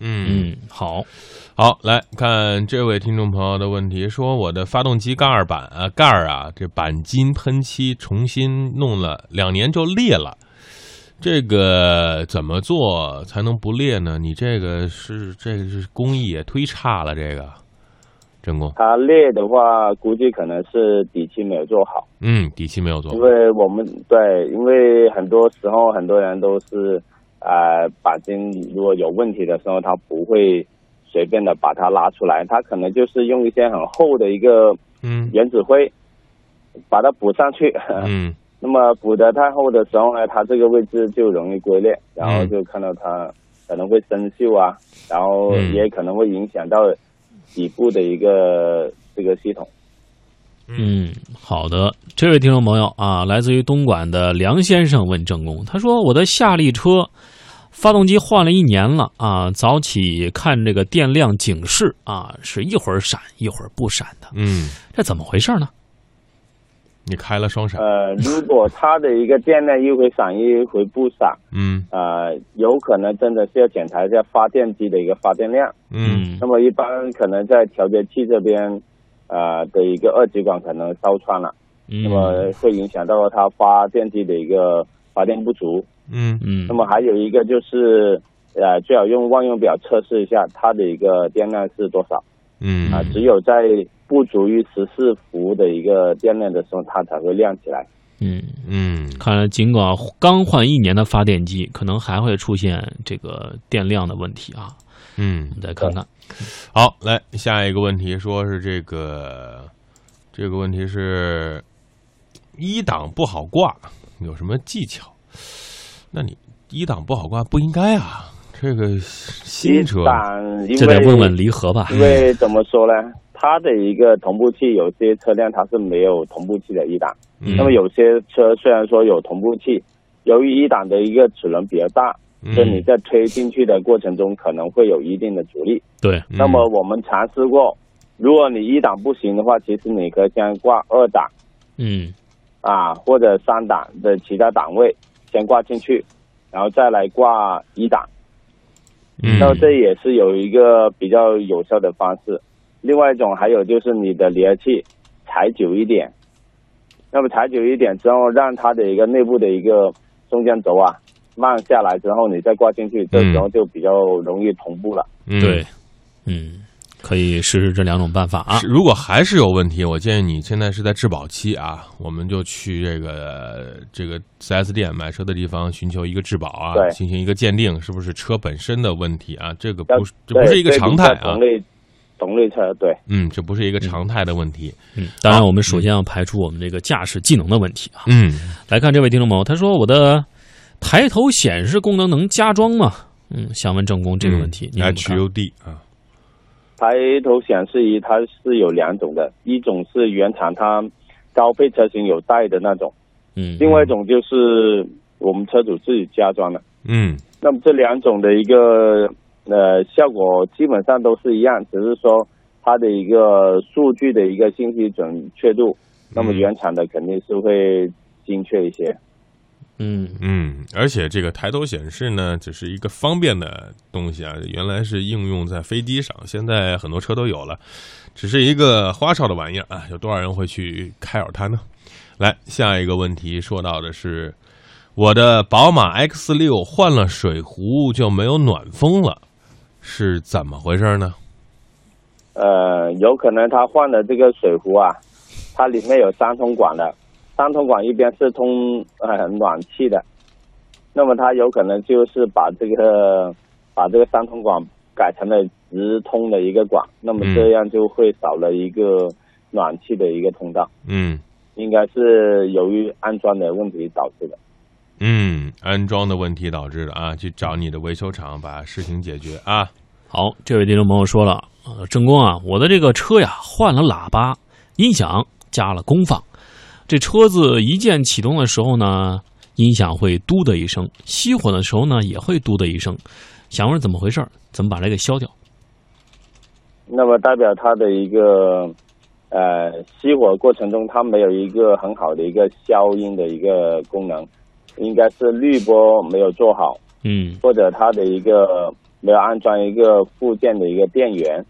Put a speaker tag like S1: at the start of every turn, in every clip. S1: 嗯，
S2: 嗯，好，
S1: 好，来看这位听众朋友的问题，说我的发动机盖儿板啊盖儿啊，这钣金喷漆重新弄了两年就裂了，这个怎么做才能不裂呢？你这个是这个是工艺也忒差了，这个真工，
S3: 它裂的话，估计可能是底漆没有做好，
S1: 嗯，底漆没有做好
S3: 因，为我们对，因为很多时候很多人都是，呃，钣金如果有问题的时候，他不会随便的把它拉出来，他可能就是用一些很厚的一个
S1: 嗯
S3: 原子灰，把它补上去。
S1: 嗯
S3: 那么补得太厚的时候呢，它这个位置就容易龟裂，然后就看到它可能会生锈啊，然后
S1: 嗯
S3: 也可能会影响到底部的一个这个系统。
S2: 嗯，好的，这位听众朋友啊，来自于东莞的梁先生问正工，他说我的夏利车发动机换了一年了啊，早起看这个电量警示啊，是一会儿闪一会儿不闪的，
S1: 嗯，
S2: 这怎么回事呢？
S1: 你开了双闪，
S3: 呃，如果它的一个电量一回闪一回不闪，
S1: 嗯
S3: 呃，有可能真的是要检查一下发电机的一个发电量。
S1: 嗯
S3: 那么一般可能在调节器这边，呃的一个二极管可能烧穿了，
S2: 嗯
S3: 那么会影响到它发电机的一个发电不足。
S1: 嗯
S2: 嗯，
S3: 那么还有一个就是，呃，最好用万用表测试一下它的一个电量是多少
S1: 嗯
S3: 啊、
S2: 嗯
S3: 只有在不足于十四伏的一个电量的时候，它才会亮起来。
S2: 嗯，
S1: 嗯
S2: 看来尽管刚换一年的发电机，可能还会出现这个电量的问题啊，
S1: 嗯
S2: 我，们再看看，
S1: 好，来下一个问题，说是这个这个问题是一档不好挂，有什么技巧？那你一档不好挂不应该啊，这个新车
S3: 一档因为
S2: 啊这得问问离合
S1: 哎
S2: 吧，
S3: 因为怎么说呢？它的一个同步器，有些车辆它是没有同步器的一档，
S1: 嗯
S3: 那么有些车虽然说有同步器，由于一档的一个齿轮比较大，
S1: 嗯
S3: 所以你在推进去的过程中可能会有一定的阻力。
S2: 对，
S1: 嗯
S3: 那么我们尝试过，如果你一档不行的话，其实你可以先挂二档
S2: 嗯
S3: 啊，或者三档的其他档位先挂进去，然后再来挂一档。
S1: 嗯
S3: 那这也是有一个比较有效的方式。另外一种还有就是你的离合器踩久一点，那么踩久一点之后，让它的一个内部的一个中间轴啊慢下来之后，你再挂进去，这时候就比较容易同步了。
S1: 嗯
S2: 对，嗯，可以试试这两种办法啊
S1: 是。如果还是有问题，我建议你现在是在质保期啊，我们就去这个这个 4S 店买车的地方寻求一个质保啊，
S3: 对
S1: 进行一个鉴定，是不是车本身的问题啊？这个
S3: 要
S1: 不是这不是一个
S3: 对
S1: 常
S3: 比
S1: 态
S3: 较
S1: 啊
S3: 同，类同类车对。
S1: 嗯，这不是一个常态的问题，
S2: 嗯，当然，我们首先要排除我们这个驾驶技能的问题啊。
S1: 嗯
S2: 来看这位听众朋友，他说我的抬头显示功能能加装吗？嗯，想问正工这个问
S1: 嗯
S2: 题，你怎么看？
S1: HUD 啊，
S3: 抬头显示仪它是有两种的，一种是原厂它高配车型有带的那种，
S2: 嗯，
S3: 另外一种就是我们车主自己加装的。
S1: 嗯
S3: 那么这两种的一个呃效果基本上都是一样，只是说它的一个数据的一个信息准确度，那么原厂的肯定是会精确一些。
S2: 嗯
S1: 嗯，而且这个抬头显示呢，只是一个方便的东西啊，原来是应用在飞机上，现在很多车都有了，只是一个花哨的玩意儿啊，有多少人会去开扰它呢？来，下一个问题说到的是，我的宝马 X 六换了水壶就没有暖风了，是怎么回事呢？
S3: 呃，有可能他换的这个水壶啊，它里面有三通管的，三通管一边是通呃暖气的，那么它有可能就是把这个把这个三通管改成了直通的一个管，那么
S1: 嗯
S3: 这样就会少了一个暖气的一个通道，
S1: 嗯
S3: 应该是由于安装的问题导致的。
S1: 嗯，安装的问题导致的啊，去找你的维修厂把事情解决啊。
S2: 好，这位听众朋友说了，呃，正工啊，我的这个车呀换了喇叭、音响，加了功放，这车子一键启动的时候呢，音响会嘟的一声，熄火的时候呢也会嘟的一声，想问怎么回事儿？怎么把这个消掉？
S3: 那么代表它的一个呃熄火过程中，它没有一个很好的一个消音的一个功能，应该是滤波没有做好，
S2: 嗯
S3: 或者它的一个没有安装一个附件的一个电源，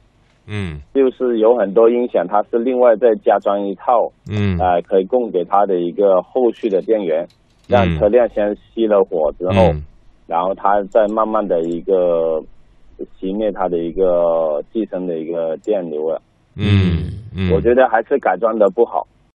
S1: 嗯
S3: 就是有很多音响它是另外再加装一套，
S1: 嗯
S3: 呃，可以供给它的一个后续的电源，让
S1: 嗯
S3: 车辆先熄了火之后，
S1: 嗯
S3: 然后它再慢慢的一个熄灭它的一个寄生的一个电流了。啊
S1: 嗯嗯，
S3: 我觉得还是改装的不好。